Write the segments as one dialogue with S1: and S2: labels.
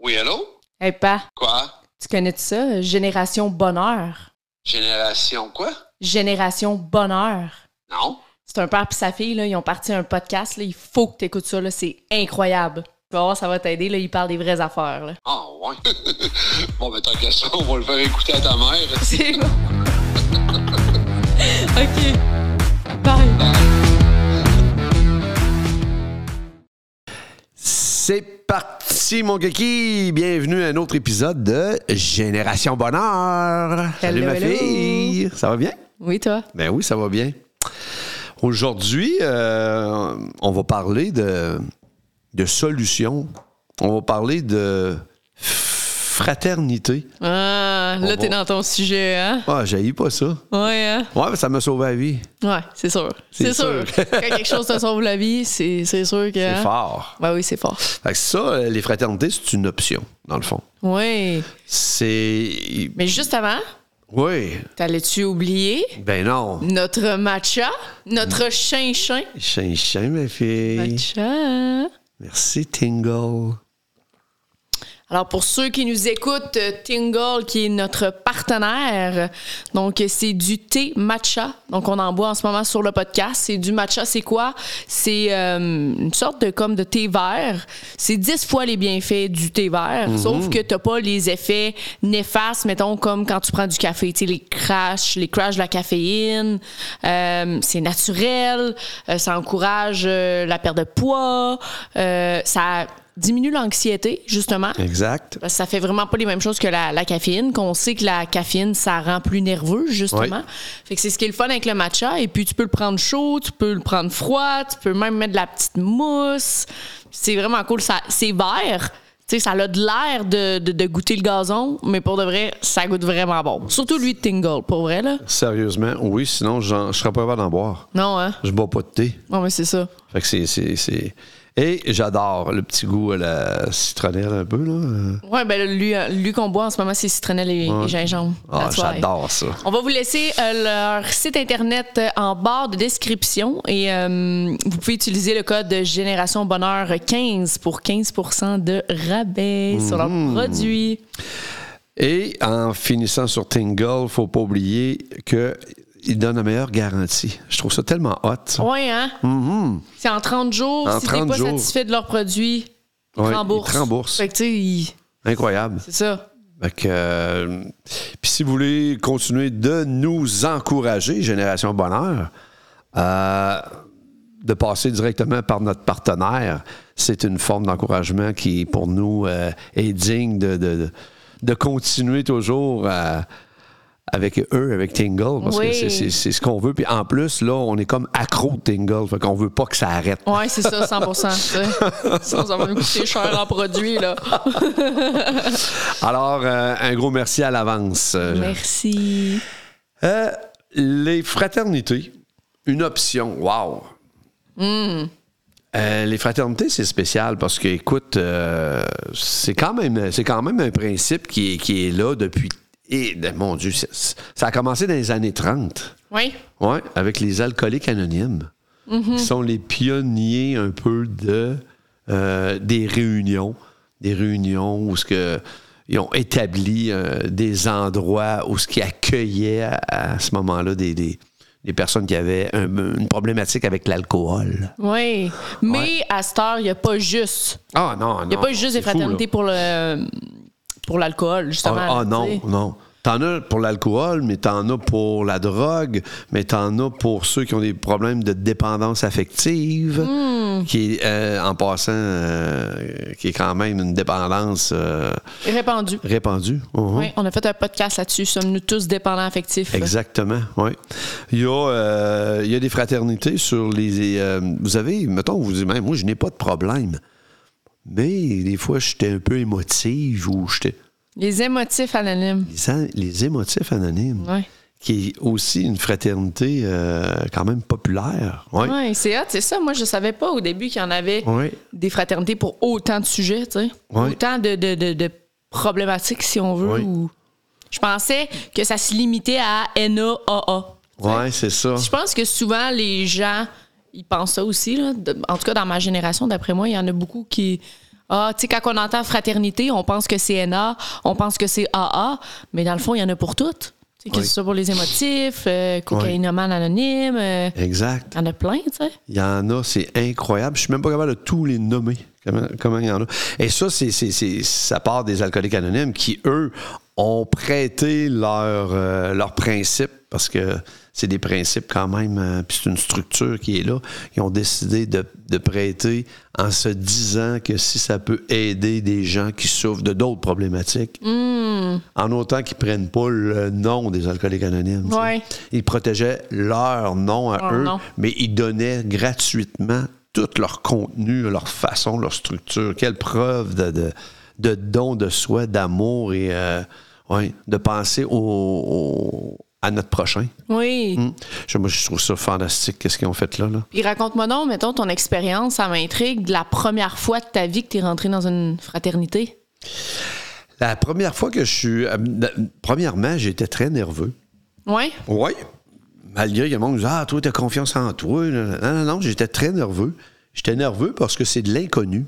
S1: Oui, allô?
S2: Hey, Pa,
S1: Quoi?
S2: tu connais-tu ça? euh, Génération Bonheur.
S1: Génération quoi?
S2: Génération Bonheur.
S1: Non?
S2: C'est un père et sa fille, là, ils ont parti un podcast. Là, il faut que tu écoutes ça, là, c'est incroyable. Tu vas voir, ça va t'aider. Là, ils parlent des vraies affaires. là.
S1: Ah, ouais. bon, ben, tant qu'à ça, on va le faire écouter à ta mère.
S2: C'est bon. OK. Bye.
S3: C'est parti, mon kiki! Bienvenue à un autre épisode de Génération Bonheur! Salut,
S2: Hello,
S3: ma
S2: hello.
S3: fille! Ça va bien?
S2: Oui, toi?
S3: Ben oui, ça va bien. Aujourd'hui, euh, on va parler de, de solutions. On va parler de fraternité.
S2: Ah,
S3: On va-
S2: là, t'es dans ton sujet, hein?
S3: Ah, j'ai pas ça.
S2: Ouais, hein?
S3: Ouais, mais ça m'a sauvé la vie.
S2: Ouais, c'est sûr.
S3: C'est
S2: C'est sûr.
S3: sûr.
S2: Quand quelque chose te sauve la vie, c'est c'est sûr que.
S3: C'est
S2: hein?
S3: fort.
S2: Ben oui, c'est fort.
S3: Fait que ça, euh, les fraternités, c'est une option, dans le fond.
S2: Oui.
S3: C'est.
S2: Mais juste avant,
S3: Oui.
S2: t'allais-tu oublier
S3: Ben non.
S2: notre matcha, notre chin-chin?
S3: Chien, chien, ma fille.
S2: Matcha.
S3: Merci, Tingle.
S2: Alors, pour ceux qui nous écoutent, euh, Tingle, qui est notre partenaire, donc euh, c'est du thé matcha. Donc, on en boit en ce moment sur le podcast. C'est du matcha, c'est quoi? C'est euh, une sorte de comme de thé vert. C'est 10 fois les bienfaits du thé vert, sauf que t'as pas les effets néfastes, mettons, comme quand tu prends du café, tu sais, les crashs, les crashs de la caféine. Euh, c'est naturel, euh, ça encourage euh, la perte de poids, euh, ça diminue l'anxiété, justement.
S3: Exact.
S2: Parce que ça fait vraiment pas les mêmes choses que la, la caféine, qu'on sait que la caféine, ça rend plus nerveux, justement.
S3: Oui.
S2: Fait que c'est ce qui est le fun avec le matcha. Et puis, tu peux le prendre chaud, tu peux le prendre froid, tu peux même mettre de la petite mousse. C'est vraiment cool. Ça- C'est vert. Tu sais, ça a de l'air de, de- de goûter le gazon, mais pour de vrai, ça goûte vraiment bon. Surtout lui de Tingle, pour vrai, là.
S3: Sérieusement, oui, sinon, j'en- je serais pas capable d'en boire.
S2: Non, hein?
S3: Je bois pas de thé.
S2: Non, mais c'est ça.
S3: Fait que c'est- c'est. c'est- Et j'adore le petit goût à la citronnelle un peu, là.
S2: Ouais, ben lui, euh, lui qu'on boit en ce moment, c'est citronnelle et, et gingembre.
S3: Ah,
S2: That's why.
S3: j'adore ça.
S2: On va vous laisser euh, leur site internet euh, en barre de description et euh, vous pouvez utiliser le code Génération Bonheur 15 pour 15 de rabais sur leurs
S3: Mm-hmm.
S2: produits.
S3: Et en finissant sur Tingle, faut pas oublier que il donne la meilleure garantie. Je trouve ça tellement hot.
S2: Oui, hein? C'est en 30 jours.
S3: Mm-hmm. En
S2: si t'es
S3: 30
S2: pas
S3: jours.
S2: satisfait de leurs produits, ils
S3: Ouais,
S2: te
S3: ils
S2: remboursent.
S3: te remboursent.
S2: Fait que tu sais, ils-
S3: Incroyable.
S2: c'est ça.
S3: Fait que, euh, puis si vous voulez continuer de nous encourager, Génération Bonheur, euh, de passer directement par notre partenaire, c'est une forme d'encouragement qui, pour nous, euh, est digne de, de, de continuer toujours euh, avec eux, avec Tingle, parce
S2: Oui.
S3: que c'est- c'est c'est ce qu'on veut. Puis en plus, là, on est comme accro de Tingle, fait qu'on veut pas que ça arrête.
S2: Ouais, c'est ça, 100 tu sais. Sinon, ça va nous coûter cher en produits, là.
S3: Alors, euh, un gros merci à l'avance. euh,
S2: Merci.
S3: Euh, les fraternités, une option. Wow! Euh, les fraternités, c'est spécial parce que, écoute, euh, c'est quand, même- c'est quand même un principe qui est, qui est là depuis. Et, de- mon Dieu, c'est- ça a commencé dans les années 30,
S2: Oui.
S3: ouais, avec les alcooliques anonymes,
S2: Mhm.
S3: qui sont les pionniers un peu de, euh, des réunions. Des réunions où ce que. Ils ont établi euh, des endroits où ce qui accueillait à, à ce moment-là des, des- des personnes qui avaient un- une problématique avec l'alcool.
S2: Oui. Mais à cette heure, il n'y a pas juste
S3: Ah non, non.
S2: Il n'y a pas juste des fraternités pour le pour l'alcool, justement.
S3: Ah, ah,
S2: là, tu
S3: non,
S2: sais.
S3: non. T'en as pour l'alcool, mais t'en as pour la drogue, mais t'en as pour ceux qui ont des problèmes de dépendance affective,
S2: Hmm.
S3: qui est, euh, en passant, euh, qui est quand même une dépendance euh,
S2: Répandu.
S3: répandue. Uh-huh. Uhum.
S2: Oui, on a fait un podcast là-dessus. Sommes-nous tous dépendants affectifs?
S3: Exactement, oui. Il y, a, euh, il y a des fraternités sur les... euh, vous avez, mettons, vous dites, même, moi, je n'ai pas de problème. Mais des fois, j'étais un peu émotive ou j'étais...
S2: Les émotifs anonymes.
S3: Les, an- les émotifs anonymes.
S2: Oui.
S3: qui est aussi une fraternité euh, quand même populaire. Oui.
S2: Ouais, c'est hot, c'est ça. Moi, je savais pas au début qu'il y en avait
S3: Oui.
S2: des fraternités pour autant de sujets, tu sais.
S3: Ouais.
S2: Autant de, de- de- de problématiques, si on veut.
S3: Ouais.
S2: ou- Je pensais que ça se limitait à NAAA.
S3: Ouais, c'est ça.
S2: Je pense que souvent, les gens, ils pensent ça aussi. là. De- En tout cas, dans ma génération, d'après moi, il y en a beaucoup qui. Ah, tu sais, quand on entend fraternité, on pense que c'est NA, on pense que c'est AA, mais dans le fond, il y en a pour toutes. Tu sais, Que
S3: Oui.
S2: ce soit pour les émotifs, euh, cocaïnomane anonyme, euh,
S3: Exact.
S2: il y en a plein, tu sais.
S3: Il y en a, c'est incroyable. Je suis même pas capable de tous les nommer. Comment, comment il y en a. Et ça, c'est, c'est- c'est- ça part des alcooliques anonymes qui, eux, ont prêté leurs euh, leurs principes, parce que c'est des principes quand même, euh, puis c'est une structure qui est là. Ils ont décidé de, de prêter en se disant que si ça peut aider des gens qui souffrent de d'autres problématiques, en autant qu'ils prennent pas le nom des alcooliques anonymes. tu sais.
S2: Ouais.
S3: Ils protégeaient leur nom à
S2: Leur
S3: eux,
S2: nom.
S3: mais ils donnaient gratuitement tout leur contenu, leur façon, leur structure. Quelle preuve de, de, de don de soi, d'amour et euh, ouais, de penser au, au- à notre prochain.
S2: Oui.
S3: Hum. Je- Moi, je trouve ça fantastique, qu'est-ce qu'ils ont fait là. là.
S2: Puis raconte-moi donc, mettons, ton expérience, ça m'intrigue, de la première fois de ta vie que t'es rentré dans une fraternité.
S3: La première fois que je suis... euh, la- Premièrement, j'étais très nerveux.
S2: Ouais.
S3: Oui. Malgré que le monde dise Ah, toi, t'as confiance en toi. Non, non, non, j'étais très nerveux. J'étais nerveux parce que c'est de l'inconnu.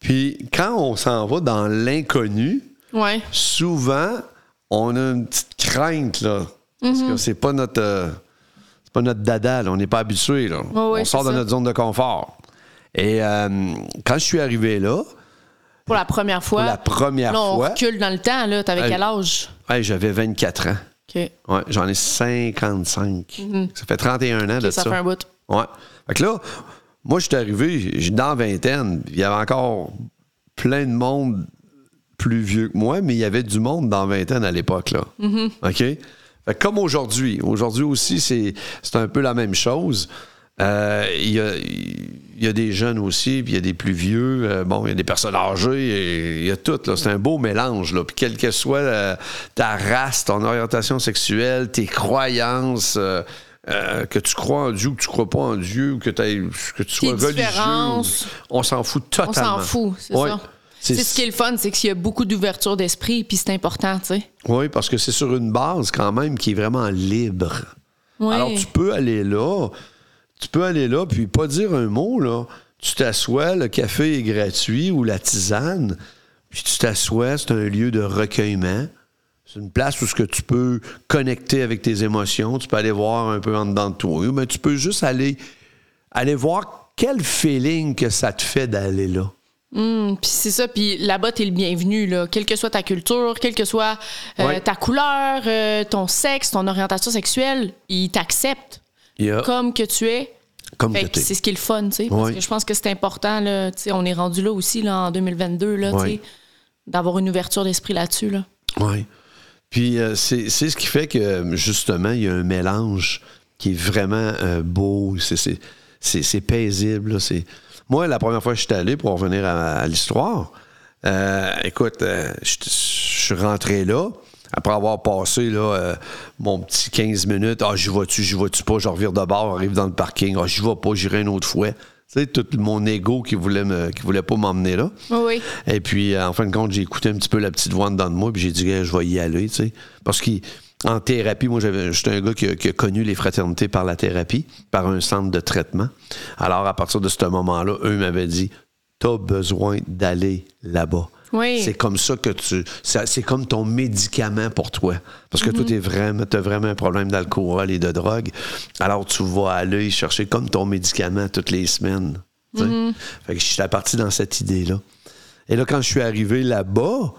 S3: Puis quand on s'en va dans l'inconnu,
S2: Ouais.
S3: souvent, on a une petite crainte, là. Parce
S2: Mhm.
S3: que c'est pas notre. euh, c'est pas notre dada, là. On n'est pas habitué, là.
S2: ouais,
S3: on sort
S2: c'est
S3: de
S2: ça.
S3: notre zone de confort. Et euh, quand je suis arrivé là,
S2: Pour la première fois.
S3: Pour la première
S2: Là, on
S3: fois.
S2: recule dans le temps, là. T'avais
S3: Euh,
S2: quel âge?
S3: ouais, j'avais 24 ans.
S2: OK.
S3: Ouais, j'en ai 55. Ça fait 31 ans de
S2: Mhm. Ça
S3: ça.
S2: fait un bout.
S3: Ouais. Fait que là, moi, je suis arrivé, j'ai- dans la vingtaine, il y avait encore plein de monde plus vieux que moi, mais il y avait du monde dans la vingtaine à l'époque, là.
S2: Mm-hmm.
S3: OK? Fait que comme aujourd'hui. Aujourd'hui aussi, c'est c'est un peu la même chose. Euh, Il y, a, il y a des jeunes aussi, puis il y a des plus vieux. euh, bon, il y a des personnes âgées, et il y a tout. là. C'est un beau mélange. Là. Puis quelle que soit euh, ta race, ton orientation sexuelle, tes croyances... euh, euh, que tu crois en Dieu, que tu crois pas en Dieu, que, t'aies- que tu sois religieux,
S2: différences.
S3: on s'en fout
S2: On
S3: totalement.
S2: s'en fout, c'est
S3: Ouais.
S2: ça. C'est ce qui est le fun, c'est qu'il y a beaucoup d'ouverture d'esprit, puis c'est important, tu sais.
S3: Oui, parce que c'est sur une base quand même qui est vraiment libre.
S2: Oui.
S3: Alors tu peux aller là, tu peux aller là, puis pas dire un mot, là. Tu t'assois, le café est gratuit ou la tisane, puis tu t'assois, c'est un lieu de recueillement. C'est une place où ce que tu peux connecter avec tes émotions, tu peux aller voir un peu en dedans de toi, mais tu peux juste aller, aller voir quel feeling que ça te fait d'aller là.
S2: Hum, Puis c'est ça, puis là-bas, t'es le bienvenu, là. Quelle que soit ta culture, quelle que soit euh,
S3: Ouais.
S2: ta couleur, euh, ton sexe, ton orientation sexuelle, ils t'acceptent
S3: Il y a-
S2: comme que tu es.
S3: Ah. comme
S2: Fait
S3: que
S2: que
S3: t'es.
S2: c'est ce qui est le fun, tu sais. Parce
S3: Ouais.
S2: que je pense que c'est important, là. Tu sais, on est rendu là aussi, là, en 2022, là, tu sais,
S3: Ouais.
S2: d'avoir une ouverture d'esprit là-dessus, là.
S3: Oui. Puis euh, c'est c'est ce qui fait que, justement, il y a un mélange qui est vraiment euh, beau. C'est- C'est c'est- c'est paisible. là. C'est- Moi, la première fois que je suis allé, pour en revenir à, à l'histoire, euh, écoute, euh, je je suis rentré là. Après avoir passé là, euh, mon petit 15 minutes, ah, j'y vas-tu, j'y vas-tu pas, je revire de bord, arrive dans le parking, ah, j'y vais pas, j'irai une autre fois. Tu sais, tout mon ego qui voulait, me, qui voulait pas m'emmener là.
S2: Oui.
S3: Et puis, euh, en fin de compte, j'ai écouté un petit peu la petite voix en dedans de moi, puis j'ai dit, Gars, je vais y aller, tu sais. Parce qu'en thérapie, moi, j'avais- j'étais un gars qui a, qui a connu les fraternités par la thérapie, par un centre de traitement. Alors, à partir de ce moment-là, eux m'avaient dit, t'as besoin d'aller là-bas.
S2: Oui.
S3: C'est comme ça que tu. ça- C'est comme ton médicament pour toi. Parce que toi, tu vraiment, as vraiment un problème d'alcool et de drogue. Alors, tu vas aller chercher comme ton médicament toutes les semaines. tu sais. Fait que je suis parti dans cette idée-là. Et là, quand je suis arrivé là-bas,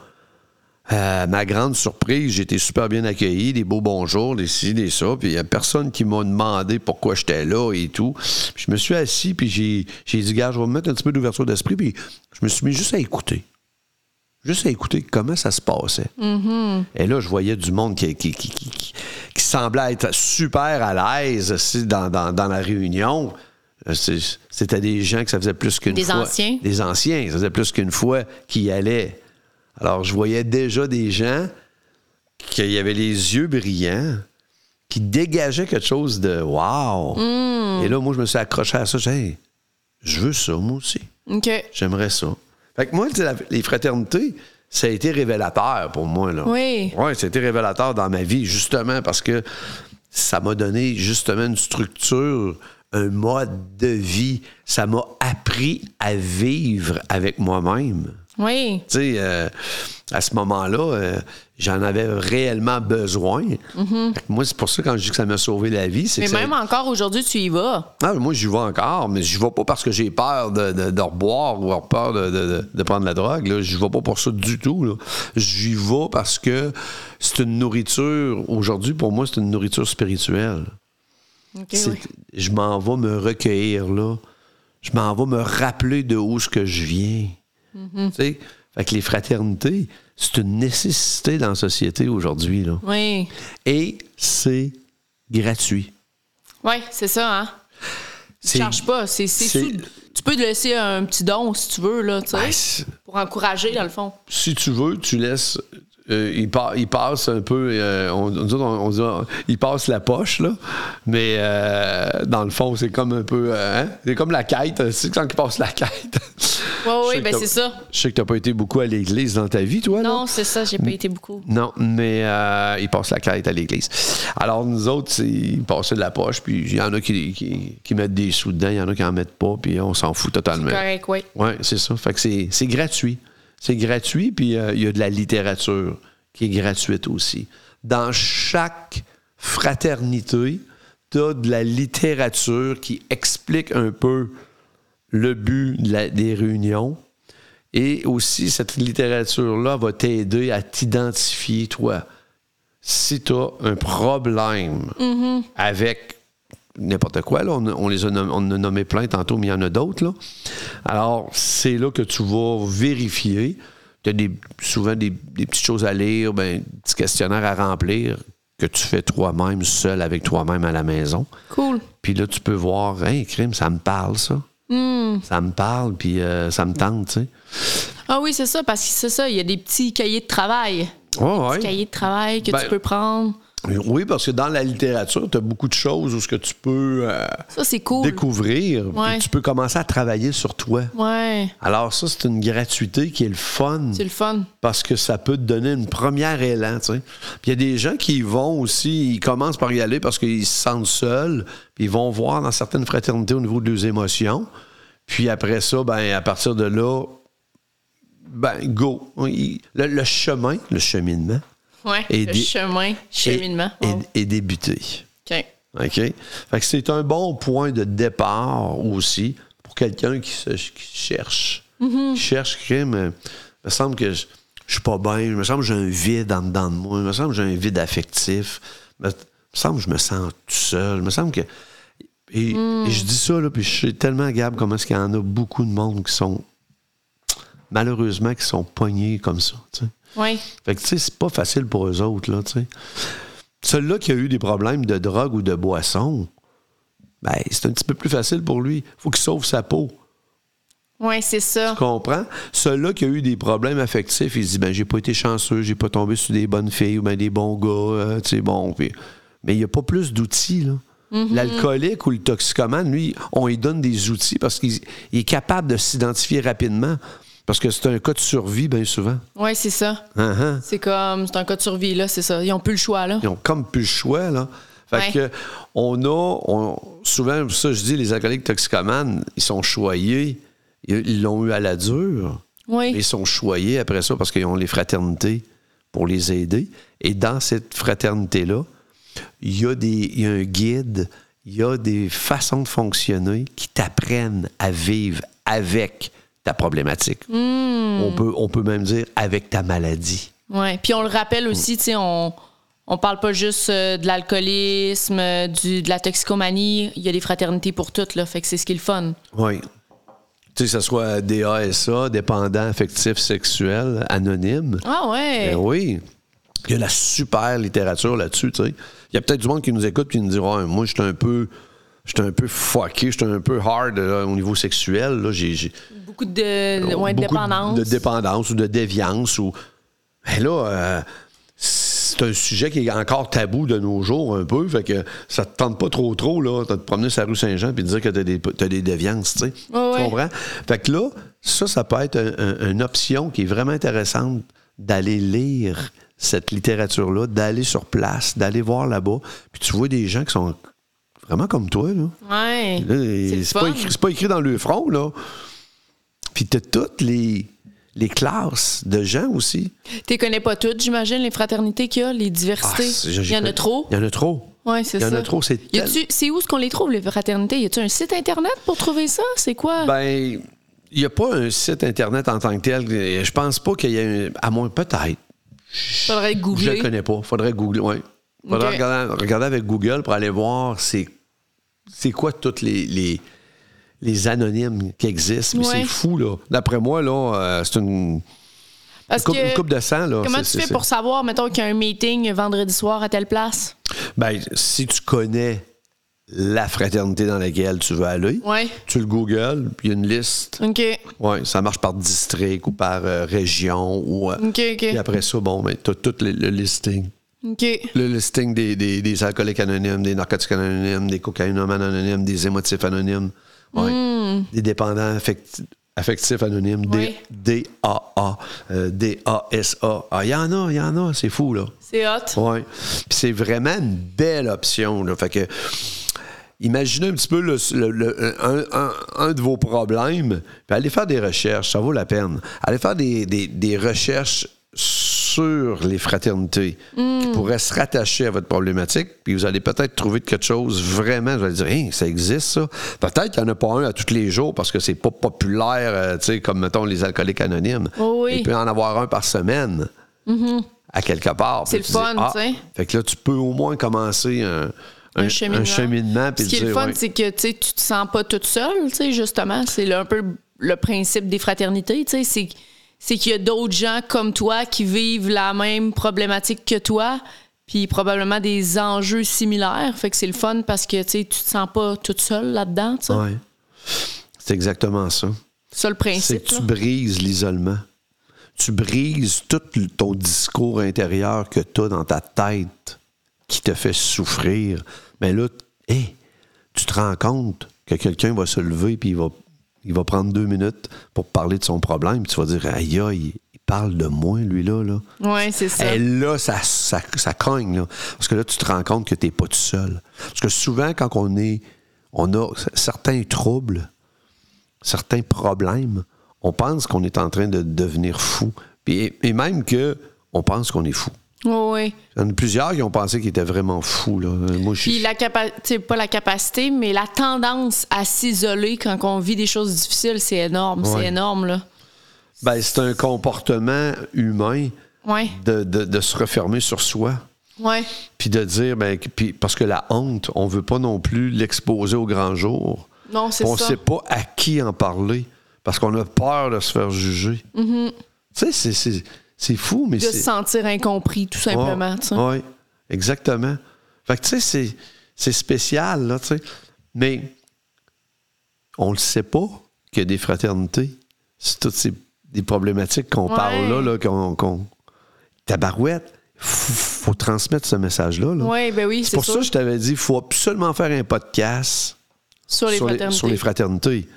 S3: euh, ma grande surprise, j'ai été super bien accueilli, des beaux bonjours, des ci, des ça. Puis il n'y a personne qui m'a demandé pourquoi j'étais là et tout. Puis je me suis assis, puis j'ai j'ai dit, gars, je vais me mettre un petit peu d'ouverture d'esprit. Puis je me suis mis juste à écouter. Juste à écouter comment ça se passait.
S2: Mm-hmm.
S3: Et là, je voyais du monde qui, qui, qui- qui- qui- qui semblait être super à l'aise aussi dans, dans- dans la réunion. Euh, c'est- C'était des gens que ça faisait plus qu'une
S2: Des
S3: fois.
S2: anciens.
S3: Des anciens. Ça faisait plus qu'une fois qu'ils y allaient. Alors, je voyais déjà des gens qui avaient les yeux brillants, qui dégageaient quelque chose de wow.
S2: Mm.
S3: Et là, moi, je me suis accroché à ça. J'ai dit, Hey, je veux ça, moi aussi.
S2: OK.
S3: J'aimerais ça. Fait que moi, tu sais, la- les fraternités, ça a été révélateur pour moi. Là.
S2: Oui.
S3: Oui, ça a été révélateur dans ma vie, justement, parce que ça m'a donné justement une structure, un mode de vie. Ça m'a appris à vivre avec moi-même.
S2: Oui.
S3: Tu sais, euh, à ce moment-là, euh, j'en avais réellement besoin. Fait que Moi, c'est pour ça quand je dis que ça m'a sauvé la vie, c'est
S2: Mm-hmm. Mais
S3: que ça-
S2: même encore aujourd'hui, tu y vas.
S3: Ah, moi, j'y vais encore, mais je vais pas parce que j'ai peur de, de, de reboire ou avoir peur de, de- de- de prendre la drogue. Là. J'y vais pas pour ça du tout. là. J'y vais parce que c'est une nourriture. Aujourd'hui, pour moi, c'est une nourriture spirituelle.
S2: OK,
S3: C'est-
S2: oui.
S3: Je m'en vais me recueillir là. Je m'en vais me rappeler de où ce que je viens. Tu sais? Fait que les fraternités, c'est une nécessité dans la société aujourd'hui. là.
S2: Oui.
S3: Et c'est gratuit.
S2: Oui, c'est ça, hein? Tu
S3: C'est-
S2: charges pas. C'est, c'est
S3: c'est-
S2: sous- Tu peux te laisser un petit don si tu veux, là, tu sais,
S3: Ben, c'est-
S2: pour encourager, dans le fond.
S3: si tu veux, tu laisses. euh, il, pa- il passe un peu. euh, on, nous autres, on- on dit, on- il passe la poche, là. Mais euh, dans le fond, c'est comme un peu. euh, hein, C'est comme la quête. C'est quand il passe la quête.
S2: Oui,
S3: Je
S2: oui,
S3: sais
S2: ben
S3: que-
S2: c'est ça.
S3: Je sais que t'as pas été beaucoup à l'église dans ta vie, toi, là.
S2: Non, c'est ça, j'ai pas été beaucoup.
S3: Non, mais euh, il passe la quête à l'église. Alors, nous autres, c'est- ils passaient de la poche, puis il y en a qui, qui- qui mettent des sous dedans, il y en a qui en mettent pas, puis on s'en fout totalement.
S2: Correct, oui.
S3: Oui, c'est ça. Fait que c'est c'est gratuit. C'est gratuit, puis euh, il y a de la littérature qui est gratuite aussi. Dans chaque fraternité, tu as de la littérature qui explique un peu le but de la- des réunions. Et aussi, cette littérature-là va t'aider à t'identifier, toi. Si tu as un problème avec n'importe quoi, là, on, on les a nommés, on en a nommé plein tantôt, mais il y en a d'autres. là. Alors, c'est là que tu vas vérifier. Tu as souvent des, des petites choses à lire, ben, des petits questionnaires à remplir que tu fais toi-même, seul avec toi-même à la maison.
S2: Cool.
S3: Puis là, tu peux voir, hein, crime, ça me parle, ça. Ça me parle, puis euh, ça me tente, tu sais.
S2: Ah oui, c'est ça, parce que c'est ça, il y a des petits cahiers de travail.
S3: Ouais, ouais.
S2: Cahiers de travail que
S3: Ben-
S2: tu peux prendre.
S3: Oui, parce que dans la littérature, tu as beaucoup de choses où ce que tu peux euh,
S2: Ça, c'est cool.
S3: découvrir, puis
S2: Ouais.
S3: tu peux commencer à travailler sur toi.
S2: Ouais,
S3: Alors ça, c'est une gratuité qui est le fun.
S2: c'est le fun.
S3: parce que ça peut te donner une première élan, tu sais. Puis il y a des gens qui y vont aussi, ils commencent par y aller parce qu'ils se sentent seuls, puis ils vont voir dans certaines fraternités au niveau de leurs émotions. Puis après ça, ben à partir de là, ben go. Il- Le, le chemin, le cheminement
S2: Ouais,
S3: Et
S2: le
S3: des-
S2: chemin, Oh, cheminement.
S3: est,
S2: Wow.
S3: est- est débuté.
S2: OK.
S3: OK? Fait que c'est un bon point de départ aussi pour quelqu'un qui, se- qui cherche. Qui cherche, OK, mais il me semble que je, je suis pas bien, il me semble que j'ai un vide en dedans de moi, il me semble que j'ai un vide affectif, il me, il me semble que je me sens tout seul, il me semble que. Et, et je dis ça, là, puis je suis tellement Gab comment est-ce qu'il y en a beaucoup de monde qui sont. Malheureusement, qui sont pognés comme ça, tu sais.
S2: Oui.
S3: Fait que, tu sais, c'est pas facile pour eux autres, là, tu sais. Celui-là qui a eu des problèmes de drogue ou de boisson, ben, c'est un petit peu plus facile pour lui. Faut qu'il sauve sa peau.
S2: Ouais, c'est ça.
S3: Tu comprends? Celui-là qui a eu des problèmes affectifs, il se dit, ben, j'ai pas été chanceux, j'ai pas tombé sur des bonnes filles ou ben des bons gars, euh, tu sais, bon. puis- Mais il n'y a pas plus d'outils, là. L'alcoolique ou le toxicomane, lui, on lui donne des outils parce qu'il il est capable de s'identifier rapidement. Parce que c'est un cas de survie, bien souvent.
S2: Ouais, c'est ça.
S3: Hein, hein.
S2: C'est comme, c'est un cas de survie, là, c'est ça. Ils ont plus le choix, là.
S3: Ils ont comme plus le choix, là. Fait
S2: Ouais.
S3: que on a on- souvent, ça je dis, les alcooliques toxicomanes, ils sont choyés. Ils ils l'ont eu à la dure. mais
S2: Oui.
S3: Ils sont choyés après ça parce qu'ils ont les fraternités pour les aider. Et dans cette fraternité-là, il y, a des- il y a un guide, il y a des façons de fonctionner qui t'apprennent à vivre avec ta problématique.
S2: Hmm.
S3: On, peut, on peut même dire avec ta maladie.
S2: Ouais. Puis on le rappelle aussi, tu sais, on, on parle pas juste euh, de l'alcoolisme, euh, du, de la toxicomanie. Il y a des fraternités pour toutes, là. Fait que c'est ce qui est le fun.
S3: Oui. Tu sais, que ce soit DASA, dépendant affectif sexuel, anonyme.
S2: Ah ouais.
S3: Ben oui. Il y a la super littérature là-dessus, tu sais. Il y a peut-être du monde qui nous écoute et qui nous dira Ouais, Moi, j'étais un peu. J'étais un peu fucké, j'étais un peu hard là, au niveau sexuel. Là, j'ai, j'ai-
S2: Beaucoup de, ouais, de
S3: Euh, beaucoup
S2: dépendance.
S3: De dépendance ou de déviance. Ou... Mais là, euh, c'est un sujet qui est encore tabou de nos jours un peu. Fait que ça te tente pas trop trop là, de te promener sur la rue Saint-Jean puis de dire que t'as des, t'as des déviances, tu sais.
S2: Ouais,
S3: Tu
S2: ouais.
S3: comprends? Fait que là, ça, ça peut être un- un- une option qui est vraiment intéressante d'aller lire cette littérature-là, d'aller sur place, d'aller voir là-bas. Puis tu vois des gens qui sont Vraiment comme toi, là.
S2: Ouais.
S3: Là,
S2: le
S3: c'est pas,
S2: fun.
S3: écrit- c'est pas écrit dans le front, là. Puis t'as toutes les, les classes de gens aussi.
S2: Tu connais pas toutes, j'imagine, les fraternités qu'il y a, les
S3: Ah,
S2: diversités.
S3: c'est- j'ai-
S2: Il y en a trop.
S3: Il y en a trop.
S2: Ouais, c'est
S3: Il y
S2: ça.
S3: en a trop, c'est
S2: Y a-tu- C'est où ce qu'on les trouve, les fraternités? Y a-tu un site Internet pour trouver ça? C'est quoi?
S3: Ben, il n'y a pas un site Internet en tant que tel. Et Je pense pas qu'il y ait un. À moins, peut-être.
S2: Faudrait
S3: Je
S2: googler.
S3: ne connais pas. faudrait googler, oui. faudrait
S2: Ok.
S3: regarder, regarder avec Google pour aller voir c'est, c'est quoi toutes les, les, les anonymes qui existent. Mais
S2: Ouais.
S3: c'est fou, là. D'après moi, là, euh, c'est une,
S2: Parce
S3: coupe,
S2: que-
S3: une coupe de sang, là.
S2: Comment
S3: C'est-
S2: tu fais
S3: c'est-
S2: pour savoir, mettons, qu'il y a un meeting vendredi soir à telle place?
S3: Ben, si tu connais la fraternité dans laquelle tu veux aller,
S2: Ouais.
S3: tu le googles, puis il y a une liste.
S2: OK.
S3: Ouais, ça marche par district ou par euh, région. Ou, euh,
S2: OK, OK.
S3: Puis après ça, bon, ben, tu as tout le, le listing.
S2: OK.
S3: Le listing des, des, des alcooliques anonymes, des narcotiques anonymes, des cocaïnomanes anonymes, des émotifs anonymes, ouais. des dépendants affecti- affectifs anonymes,
S2: Hmm. Ouais.
S3: des DAA, euh, DASA. Ah, il y en a, il y en a, c'est fou, là.
S2: C'est hot.
S3: Oui. Puis c'est vraiment une belle option. Là. Fait que, imaginez un petit peu le- le- le- un, un- un de vos problèmes, puis allez faire des recherches, ça vaut la peine. Allez faire des, des- des recherches sur les fraternités qui
S2: Hmm.
S3: pourraient se rattacher à votre problématique, puis vous allez peut-être trouver de quelque chose vraiment, vous allez dire, Hein, ça existe ça. Peut-être qu'il n'y en a pas un à tous les jours parce que c'est pas populaire, euh, tu sais, comme mettons les alcooliques anonymes.
S2: Oh oui.
S3: Il peut en avoir un par semaine à quelque part.
S2: C'est
S3: Puis
S2: le
S3: tu
S2: fun,
S3: ah,
S2: tu sais.
S3: Fait que là, tu peux au moins commencer un, un-
S2: Un cheminement.
S3: un cheminement, puis
S2: Ce qui est
S3: dire,
S2: le fun,
S3: ouais.
S2: c'est que tu sais, tu te sens pas toute seule, tu sais, justement. C'est le- un peu le principe des fraternités, tu sais. C'est- C'est qu'il y a d'autres gens comme toi qui vivent la même problématique que toi, puis probablement des enjeux similaires. Fait que c'est le fun parce que tu sais, tu te sens pas toute seule là-dedans, tu sais.
S3: Ouais. C'est exactement ça.
S2: C'est ça le
S3: C'est
S2: principe.
S3: que tu
S2: là.
S3: brises l'isolement. Tu brises tout le- ton discours intérieur que tu as dans ta tête qui te fait souffrir. Mais là, t- hé, tu te rends compte que quelqu'un va se lever puis il va, il va prendre deux minutes pour parler de son problème. puis Tu vas dire, aïe, aïe, il parle de moi, lui-là. Là.
S2: Ouais, c'est ça.
S3: Et là, ça, ça, ça cogne. là. Parce que là, tu te rends compte que tu n'es pas tout seul. Parce que souvent, quand on, est, on a c- certains troubles, certains problèmes, on pense qu'on est en train de devenir fou. Puis- et même que on pense qu'on est fou.
S2: Ouais, ouais.
S3: Il y en a plusieurs qui ont pensé qu'ils étaient vraiment fous. Là. Moi, je
S2: Puis
S3: suis.
S2: la capacité, pas la capacité, mais la tendance à s'isoler quand on vit des choses difficiles, c'est énorme, c'est
S3: Ouais.
S2: énorme là.
S3: Ben, c'est un comportement humain
S2: Ouais,
S3: de, de- de se refermer sur soi.
S2: ouais,
S3: Puis de dire, ben, que- puis- parce que la honte, on ne veut pas non plus l'exposer au grand jour.
S2: non c'est
S3: on
S2: ça.
S3: sait pas à qui en parler parce qu'on a peur de se faire juger. Tu sais, c'est- c'est- c'est fou, mais
S2: Mm-hmm. De se
S3: c'est.
S2: sentir incompris, tout simplement. tu sais.
S3: Oui, exactement. Fait que, tu sais, c'est- c'est spécial, là, tu sais. Mais on le sait pas qu'il y a des fraternités. C'est toutes ces des problématiques qu'on
S2: Ouais.
S3: parle là, là qu'on. qu'on- Tabarouette, faut, faut transmettre ce message-là. là.
S2: Ouais, ben oui,
S3: c'est
S2: c'est
S3: pour ça
S2: sûr.
S3: que je t'avais dit, faut absolument faire un podcast
S2: Sur les
S3: sur, les,
S2: fraternités.
S3: sur les fraternités.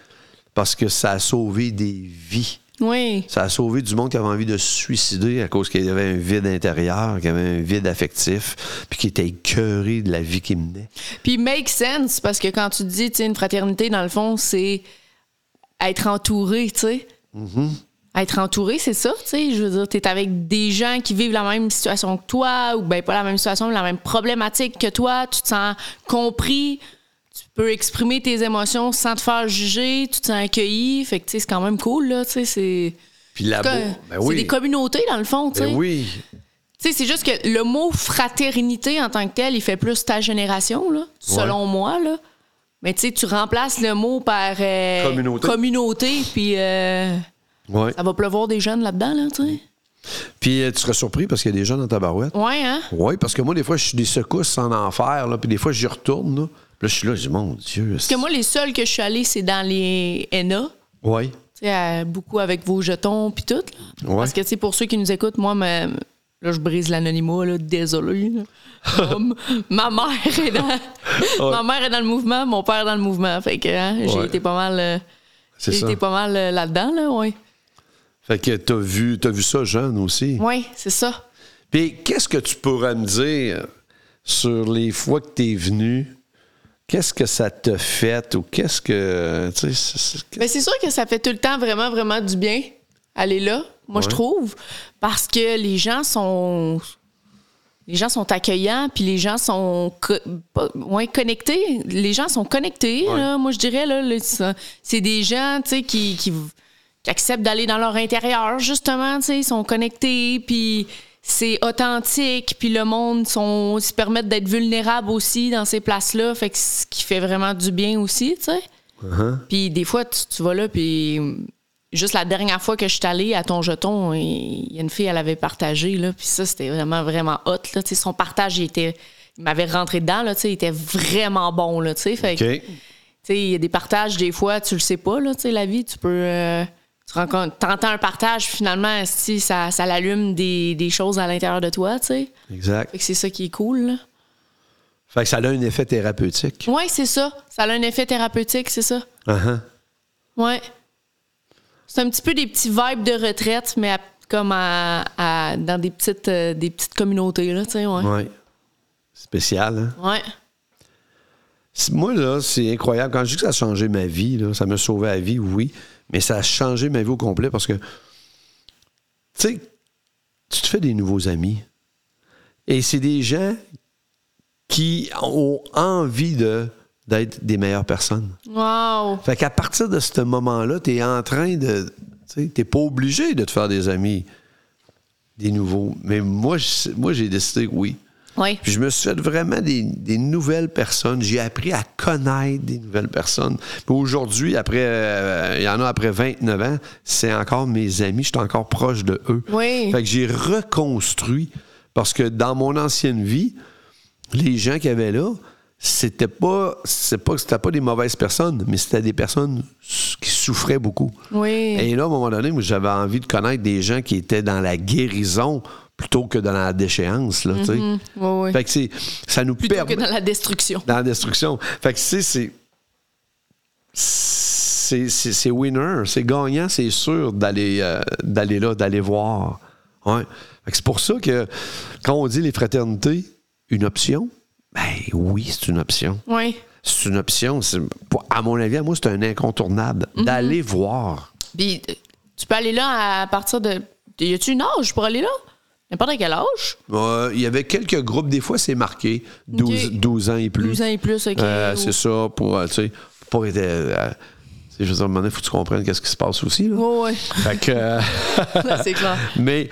S3: Parce que ça a sauvé des vies.
S2: oui,
S3: Ça a sauvé du monde qui avait envie de se suicider à cause qu'il y avait un vide intérieur, qu'il y avait un vide affectif, puis qui était écœuré de la vie qu'il menait.
S2: puis make sense parce que quand tu dis, tu sais, une fraternité dans le fond, c'est être entouré, tu sais.
S3: Mm-hmm.
S2: Être entouré, c'est ça, tu sais. Je veux dire, t'es avec des gens qui vivent la même situation que toi, ou ben pas la même situation, mais la même problématique que toi. Tu te sens compris, tu peux exprimer tes émotions sans te faire juger, tu te sens accueilli. Fait que, tu sais, c'est quand même cool, là, tu sais. C'est
S3: Puis là
S2: c'est des communautés, dans le fond, tu sais.
S3: ben oui.
S2: Tu sais, c'est juste que le mot fraternité en tant que tel, il fait plus ta génération, là, selon moi. Là. Mais tu sais, tu remplaces le mot par euh,
S3: Communauté.
S2: communauté, puis euh,
S3: Ouais.
S2: ça va pleuvoir des jeunes là-dedans, là, tu sais.
S3: Puis euh, tu serais surpris parce qu'il y a des gens dans ta barouette.
S2: Ouais, hein?
S3: Oui, parce que moi, des fois, je suis des secousses sans enfer, là, puis des fois, j'y retourne. Là, Puis là je suis là, je dis, mon Dieu.
S2: Parce que moi, les seuls que je suis allée, c'est dans les NA.
S3: Oui.
S2: tu sais, à- beaucoup avec vos jetons puis tout. là.
S3: Ouais.
S2: Parce que, tu sais, pour ceux qui nous écoutent, moi, ma- là, je brise l'anonymat, là, désolé. là. Um, ma, mère est dans, ma mère est dans le mouvement, mon père est dans le mouvement. Fait que hein, j'ai
S3: Ouais.
S2: été pas mal, euh,
S3: C'est
S2: j'ai
S3: ça.
S2: été pas mal euh, là-dedans, là, oui.
S3: Fait que t'as vu, t'as vu ça jeune aussi.
S2: Oui, c'est ça.
S3: Puis qu'est-ce que tu pourrais me dire sur les fois que tu es venu Qu'est-ce que ça te fait ou qu'est-ce que. tu sais, c'est- c'est-
S2: Mais Ben, c'est sûr que ça fait tout le temps vraiment, vraiment du bien aller là, moi je
S3: Ouais.
S2: trouve, parce que les gens sont. Les gens sont accueillants, puis les gens sont co- pas- moins connectés. Les gens sont connectés,
S3: Ouais.
S2: là, moi je dirais. Là, là, ça- c'est des gens tu sais, qui, qui, qui acceptent d'aller dans leur intérieur, justement. tu sais, Ils sont connectés, puis c'est authentique, puis le monde sont, se permettent d'être vulnérables aussi dans ces places-là, fait que ce qui fait vraiment du bien aussi. tu sais. Puis des fois, tu, tu vas là, puis hum, juste la dernière fois que je suis allée à ton jeton, il il y a une fille, elle avait partagé, là, puis ça, c'était vraiment, vraiment hot. Là, Tu sais, son partage, il était. Il m'avait rentré dedans, là, tu sais, il était vraiment bon, là, tu sais. Fait que,
S3: OK.
S2: tu sais, il y a des partages, des fois, tu le sais pas, là, tu sais, la vie, tu peux... euh, tu rencontres, t'entends un partage, finalement, si ça, ça l'allume des, des choses à l'intérieur de toi, tu sais.
S3: Exact.
S2: Fait que c'est ça qui est cool, là.
S3: Fait que ça a un effet thérapeutique.
S2: Ouais, c'est ça. Ça a un effet thérapeutique, c'est ça.
S3: Uh-huh.
S2: Ouais. C'est un petit peu des petits vibes de retraite, mais à- comme à, à- dans des petites, euh, des petites communautés, là, tu sais, ouais.
S3: Ouais. Spécial, hein?
S2: Ouais.
S3: C'est- Moi, là, c'est incroyable. Quand je dis que ça a changé ma vie, là, ça m'a sauvé la vie, oui, mais ça a changé ma vie au complet parce que, tu sais, tu te fais des nouveaux amis. Et c'est des gens qui ont envie de d'être des meilleures personnes.
S2: Wow.
S3: Fait qu'à partir de ce moment-là, tu es en train de... Tu n'es pas obligé de te faire des amis, des nouveaux. Mais moi, je- moi j'ai décidé que oui.
S2: Ouais.
S3: Puis je me suis fait vraiment des, des nouvelles personnes. J'ai appris à connaître des nouvelles personnes. Puis aujourd'hui, après, euh, il y en a après 29 ans, c'est encore mes amis. Je suis encore proche de eux.
S2: Oui.
S3: Fait que j'ai reconstruit parce que dans mon ancienne vie, les gens qu'il y avait là, c'était pas, c'est pas, c'était pas des mauvaises personnes, mais c'était des personnes s- qui souffraient beaucoup.
S2: Oui.
S3: Et là, à un moment donné, moi, j'avais envie de connaître des gens qui étaient dans la guérison plutôt que dans la déchéance. Là, tu sais.
S2: Ouais, ouais.
S3: Fait que c'est, ça nous
S2: Plutôt
S3: permet
S2: que dans la destruction.
S3: dans la destruction. Fait que tu sais, c'est, c'est, c'est, c'est winner, c'est gagnant, c'est sûr d'aller, euh, d'aller là, d'aller voir. Ouais. Fait que c'est pour ça que quand on dit les fraternités, une option, ben oui, c'est une option.
S2: Oui.
S3: C'est une option. C'est, pour- à mon avis, à moi, c'est un incontournable.
S2: Mm-hmm.
S3: D'aller voir.
S2: Puis euh, tu peux aller là à partir de. Y a-tu une âge pour aller là? N'importe quel âge?
S3: Euh, Il y avait quelques groupes, des fois, c'est marqué 12,
S2: Ok.
S3: 12 ans et plus.
S2: 12 ans et plus, OK.
S3: Euh,
S2: ou-
S3: C'est ça, pour, euh, tu sais, pour être. euh, euh, tu sais, je veux dire, à un moment donné, faut que tu comprennes qu'est-ce qui se passe aussi. Là.
S2: Ouais, ouais.
S3: Fait que, euh,
S2: Là, c'est clair.
S3: mais,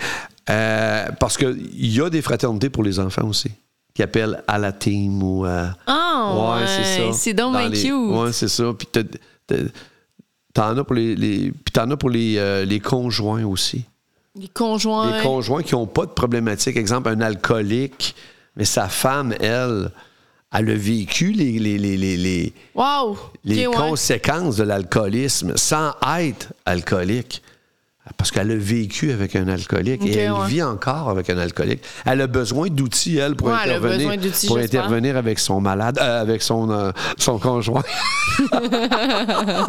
S3: euh, parce qu'il y a des fraternités pour les enfants aussi, qui appellent à la team ou. euh,
S2: Ah, ouais, c'est donc
S3: Dans
S2: bien
S3: les-
S2: cute.
S3: Ouais, c'est ça. Puis t'as- t'as- t'en as pour les, les- puis t'en as pour les, euh, les conjoints aussi.
S2: Les conjoints.
S3: Les conjoints qui n'ont pas de problématique. Exemple, un alcoolique, mais sa femme, elle, elle a vécu les- les- les- les- les
S2: Wow.
S3: les
S2: Ok, ouais.
S3: conséquences de l'alcoolisme sans être alcoolique. Parce qu'elle a vécu avec un alcoolique
S2: Ok,
S3: et elle
S2: ouais.
S3: vit encore avec un alcoolique. Elle a besoin d'outils, elle, pour
S2: Ouais, elle a
S3: intervenir,
S2: besoin d'outils,
S3: pour
S2: j'espère.
S3: intervenir avec son malade, euh, avec son, euh, son conjoint.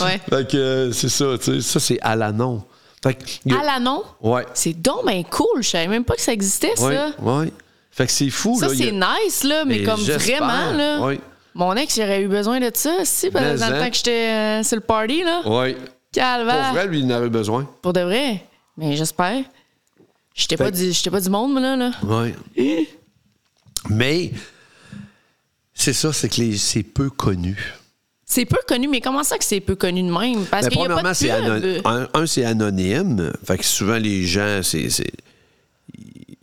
S2: Ouais.
S3: fait que euh, c'est ça, tu sais, ça c'est à la non. Fait que, y a-
S2: À l'anon?
S3: ouais,
S2: C'est donc bien cool. Je savais même pas que ça existait, ça.
S3: ouais, ouais. Fait que c'est fou,
S2: Ça,
S3: là. y a-
S2: c'est nice, là, mais
S3: Et
S2: comme
S3: j'espère,
S2: vraiment, là.
S3: oui.
S2: Mon ex, j'aurais eu besoin de ça, si, pendant
S3: Mais,
S2: dans le
S3: hein.
S2: temps que j'étais euh, sur le party, là.
S3: Ouais. Pour
S2: Calvaire.
S3: vrai, lui, il en avait besoin.
S2: Pour de vrai. Mais j'espère. J'étais pas,
S3: Fait-
S2: du- j'étais pas du monde, moi, là. là.
S3: Oui. Mais c'est ça, c'est que les- c'est peu connu.
S2: C'est peu connu, mais comment ça que c'est peu connu de même? Parce
S3: Mais
S2: qu'il y a pas de
S3: premièrement,
S2: pub.
S3: c'est anon- un, un, c'est anonyme. Fait que souvent, les gens, c'est. c'est-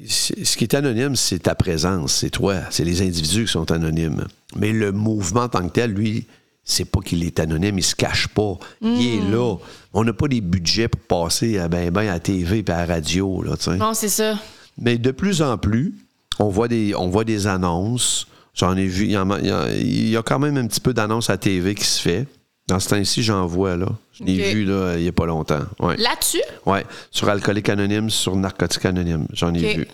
S3: c'est- Ce qui est anonyme, c'est ta présence, c'est toi, c'est les individus qui sont anonymes. Mais le mouvement en tant que tel, lui, c'est pas qu'il est anonyme, il se cache pas. Il
S2: Hmm.
S3: est là. On n'a pas des budgets pour passer à ben ben à la TV et à la radio. Là, tu sais.
S2: Non, c'est ça.
S3: Mais de plus en plus, on voit des, on voit des annonces. J'en ai vu. Il y, en a- il y en a- il y a quand même un petit peu d'annonces à TV qui se fait. Dans ce temps-ci, j'en vois, là. Je l'ai
S2: Ok.
S3: vu, là, il n'y a pas longtemps. Ouais.
S2: Là-dessus,
S3: Ouais. Sur Alcoolique Anonyme, sur Narcotique Anonyme. J'en ai
S2: Ok.
S3: vu.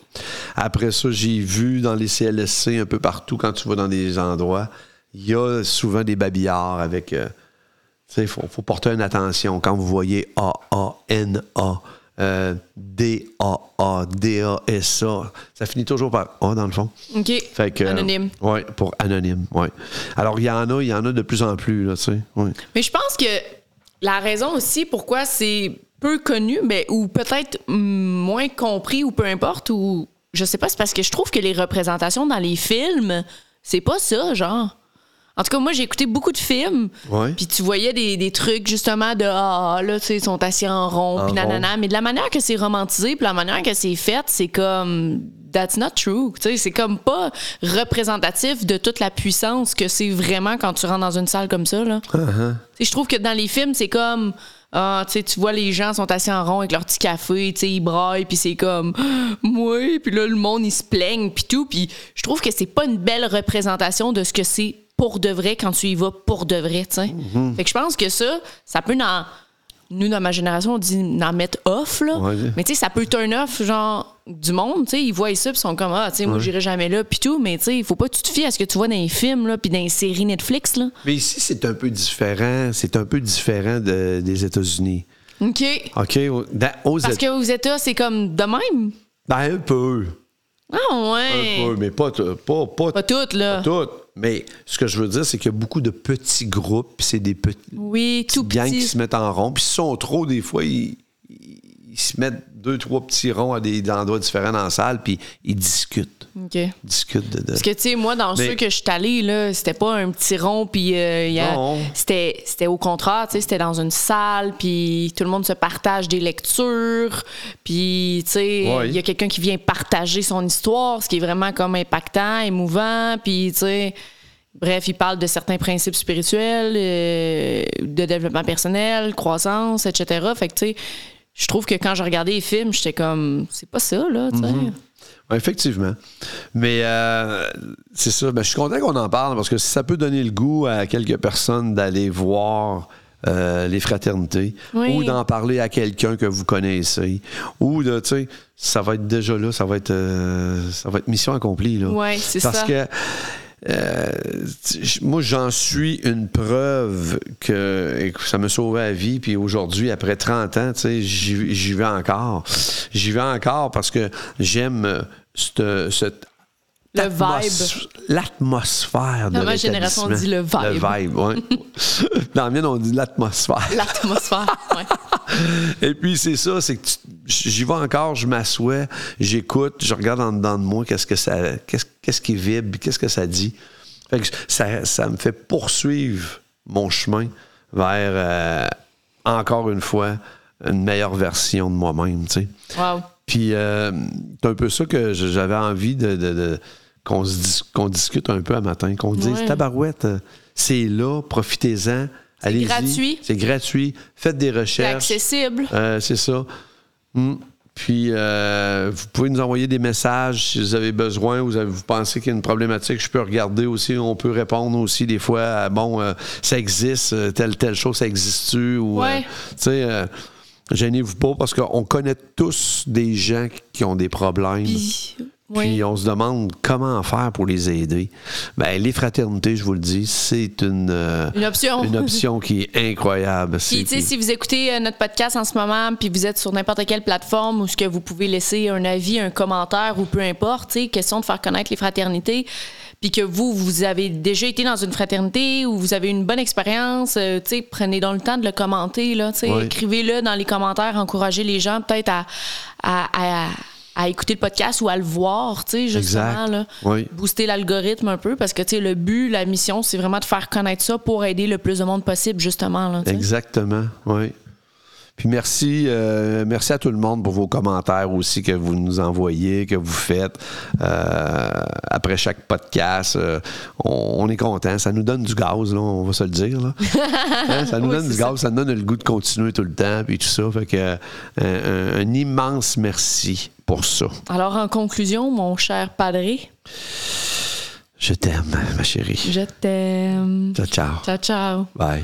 S3: Après ça, j'ai vu dans les CLSC un peu partout, quand tu vas dans des endroits, il y a souvent des babillards avec. euh, tu sais, il faut, faut porter une attention. Quand vous voyez A, A, N, A, euh, D-A-A, D-A-S-A. Ça finit toujours par A dans le fond.
S2: OK.
S3: Fait que,
S2: Anonyme.
S3: oui, pour anonyme, oui. Alors, il y en a, il y en a de plus en plus, là, tu sais. ouais.
S2: Mais je pense que la raison aussi pourquoi c'est peu connu, mais ou peut-être mm, moins compris, ou peu importe, ou je sais pas, c'est parce que je trouve que les représentations dans les films, c'est pas ça, genre. En tout cas, moi, j'ai écouté beaucoup de films,
S3: Ouais.
S2: puis tu voyais des, des trucs justement de ah, là, tu sais, ils sont assis en rond,
S3: En
S2: puis nanana. Mais de la manière que c'est romantisé, puis la manière que c'est fait, c'est comme that's not true. Tu sais, c'est comme pas représentatif de toute la puissance que c'est vraiment quand tu rentres dans une salle comme ça, là. Tu sais, Je trouve que dans les films, c'est comme. ah, tu sais, tu vois, les gens sont assis en rond avec leur petit café, tu sais, ils braillent, puis c'est comme. Moi, puis là, le monde, ils se plaignent, puis tout. Puis je trouve que c'est pas une belle représentation de ce que c'est pour de vrai quand tu y vas pour de vrai, tu sais. Fait que je pense que ça, ça peut en. Nous, dans ma génération, on dit en mettre off, là.
S3: Ouais.
S2: Mais tu sais, ça peut turn off, genre, du monde, tu sais. Ils voient ça, puis ils sont comme, ah, tu sais, moi, j'irai jamais là, puis tout. Mais tu sais, il faut pas que tu te fies à ce que tu vois dans les films, là, puis dans les séries Netflix, là.
S3: Mais ici, c'est un peu différent. C'est un peu différent de- des États-Unis.
S2: OK.
S3: OK? au- dans- aux
S2: Parce
S3: Éta-
S2: que aux États, c'est comme de même.
S3: Ben, un peu.
S2: Ah ouais.
S3: Un peu, mais pas, t- pas, pas,
S2: Pas toutes, là.
S3: pas toutes. Mais ce que je veux dire, c'est qu'il y a beaucoup de petits groupes, puis c'est des petits
S2: Oui, tout
S3: gangs qui
S2: petit.
S3: se mettent en rond. Puis s'ils sont trop, des fois, ils, ils- ils se mettent deux, trois petits ronds à des endroits différents dans la salle, puis ils discutent.
S2: OK.
S3: Ils discutent de. de-
S2: Mm. Parce que, tu sais, moi, dans
S3: Mais-
S2: ceux que je suis allée, là, c'était pas un petit rond, puis euh, il y a-
S3: Non.
S2: c'était c'était au contraire, tu sais, c'était dans une salle, puis tout le monde se partage des lectures, puis, tu sais, il
S3: Ouais.
S2: y a quelqu'un qui vient partager son histoire, ce qui est vraiment comme impactant, émouvant, puis, tu sais, bref, il parle de certains principes spirituels, euh, de développement personnel, croissance, etc. Fait que, tu sais, je trouve que quand je regardais les films, j'étais comme, c'est pas ça, là, tu sais.
S3: Mm-hmm. Ouais, Effectivement. Mais euh, c'est ça. Ben, je suis content qu'on en parle parce que si ça peut donner le goût à quelques personnes d'aller voir euh, les fraternités
S2: Oui.
S3: ou d'en parler à quelqu'un que vous connaissez ou de, tu sais, ça va être déjà là, ça va être, euh, ça va être mission accomplie. Là.
S2: Ouais, c'est
S3: Parce
S2: ça.
S3: que euh, tu- j- moi, j'en suis une preuve que écoute, ça me sauvait la vie. Puis aujourd'hui, après 30 ans, tu sais, j'y j'y vais encore. J'y vais encore parce que j'aime euh, cette, cette
S2: Le vibe.
S3: atmos- L'atmosphère de
S2: Dans ma génération, on
S3: l'établissement.
S2: dit le vibe.
S3: Le vibe, ouais. Dans la mienne, on dit l'atmosphère.
S2: L'atmosphère, ouais.
S3: Et puis, c'est ça, c'est que tu- j'y vais encore, je m'assois, j'écoute, je regarde en dedans de moi qu'est-ce que ça, qu'est-ce, qu'est-ce qui vibre, puis qu'est-ce que ça dit. Fait que ça, ça me fait poursuivre mon chemin vers, euh, encore une fois, une meilleure version de moi-même, tu sais.
S2: Wow.
S3: Puis, euh, c'est un peu ça que je- j'avais envie de, de- de- qu'on, se dis- qu'on discute un peu à matin, qu'on dise
S2: Ouais.
S3: tabarouette, euh, c'est là, profitez-en. Allez-y.
S2: gratuit.
S3: C'est gratuit. Faites des
S2: C'est
S3: recherches.
S2: accessible.
S3: Euh, c'est ça. Mm. Puis, euh, vous pouvez nous envoyer des messages si vous avez besoin, vous, avez- vous pensez qu'il y a une problématique, je peux regarder aussi, on peut répondre aussi des fois à, bon, euh, ça existe, euh, telle, telle chose, ça existe-tu? Ou, euh,
S2: Ouais.
S3: tu sais, euh, gênez-vous pas parce qu'on connaît tous des gens qui ont des problèmes.
S2: Puis, oui.
S3: Puis on se demande comment faire pour les aider. Ben, les fraternités, je vous le dis, c'est une, euh,
S2: Une option.
S3: une option qui est incroyable.
S2: Puis,
S3: C'est-
S2: tu sais, si vous écoutez euh, notre podcast en ce moment, puis vous êtes sur n'importe quelle plateforme où ce que vous pouvez laisser un avis, un commentaire ou peu importe, tu sais, question de faire connaître les fraternités, puis que vous, vous avez déjà été dans une fraternité ou vous avez une bonne expérience, euh, tu sais, prenez donc le temps de le commenter, là, tu sais,
S3: Ouais.
S2: écrivez-le dans les commentaires, encouragez les gens peut-être à, à, à- à écouter le podcast ou à le voir, tu sais, justement,
S3: Exact.
S2: là.
S3: Oui.
S2: booster l'algorithme un peu parce que tu sais le but la mission c'est vraiment de faire connaître ça pour aider le plus de monde possible justement là, tu sais.
S3: Exactement, oui. Puis merci, euh, merci à tout le monde pour vos commentaires aussi que vous nous envoyez, que vous faites euh, après chaque podcast. Euh, on, on est content, ça nous donne du gaz, là, on va se le dire. là. Hein, ça nous
S2: Oui,
S3: donne du
S2: c'est ça.
S3: gaz, ça nous donne le goût de continuer tout le temps, puis tout ça. Fait que euh, un, un immense merci pour ça.
S2: alors en conclusion mon cher padré
S3: Je t'aime, ma chérie.
S2: je t'aime
S3: Ciao, ciao.
S2: ciao ciao
S3: Bye.